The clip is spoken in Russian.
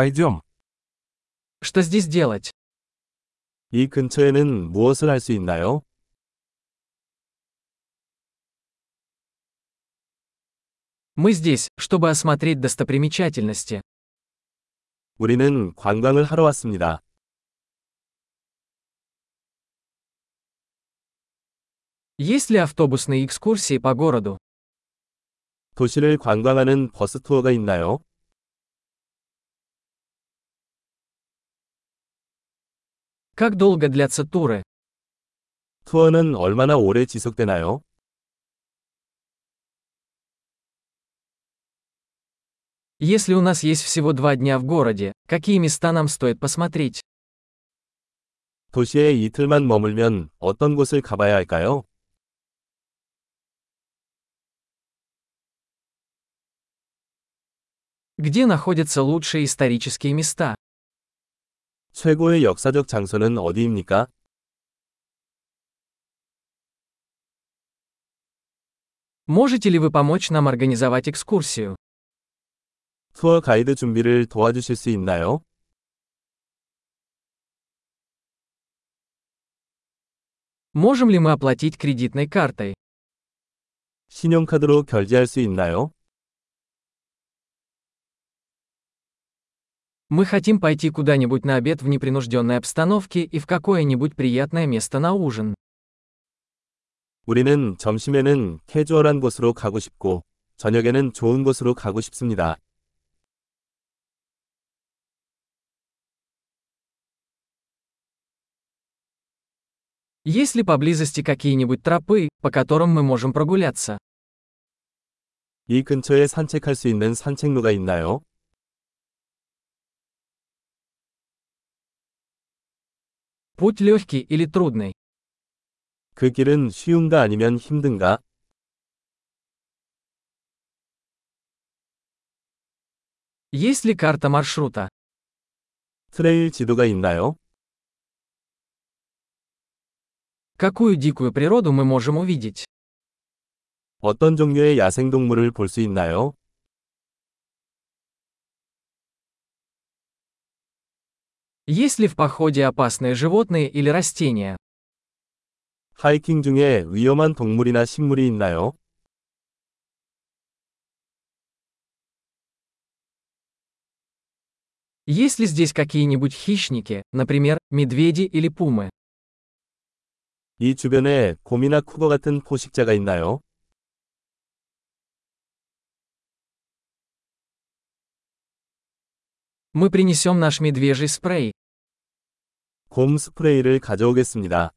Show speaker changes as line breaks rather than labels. Пойдем.
Что здесь делать?
이 근처에는 무엇을 할 수 있나요?
Мы здесь, чтобы осмотреть достопримечательности.
우리는 관광을 하러 왔습니다.
Есть ли автобусные экскурсии по городу?
도시를 관광하는 버스 투어가 있나요?
Как долго длятся туры?
투어는 얼마나 오래 지속되나요?
Если у нас есть всего два дня в городе, какие места нам стоит посмотреть?
도시에 이틀만 머물면 어떤 곳을 가봐야 할까요?
Где находятся лучшие исторические места?
최고의 역사적 장소는 어디입니까?
Можете ли вы помочь нам организовать экскурсию?
투어 가이드 준비를 도와주실 수 있나요?
Можем ли мы оплатить кредитной картой?
신용카드로 결제할 수 있나요?
Мы хотим пойти куда-нибудь на обед в непринужденной обстановке и в какое-нибудь приятное место на ужин.
우리는 점심에는 캐주얼한 곳으로 가고 싶고, 저녁에는 좋은 곳으로 가고 싶습니다.
Есть ли поблизости какие-нибудь тропы, по которым мы можем прогуляться?
이 근처에 산책할 수 있는 산책로가 있나요?
Путь легкий или трудный?
그 길은 쉬운가 아니면 힘든가?
Есть ли карта маршрута?
트레일 지도가 있나요?
Какую дикую природу мы можем увидеть?
어떤 종류의 야생동물을 볼 수 있나요?
Есть ли в походе опасные животные или растения?
하이킹 중에 위험한 동물이나 식물이 있나요?
Есть ли здесь какие-нибудь хищники, например, медведи или пумы?
이 주변에 곰이나 쿠거 같은 포식자가 있나요?
Мы принесем наш медвежий спрей.
곰 스프레이를 가져오겠습니다.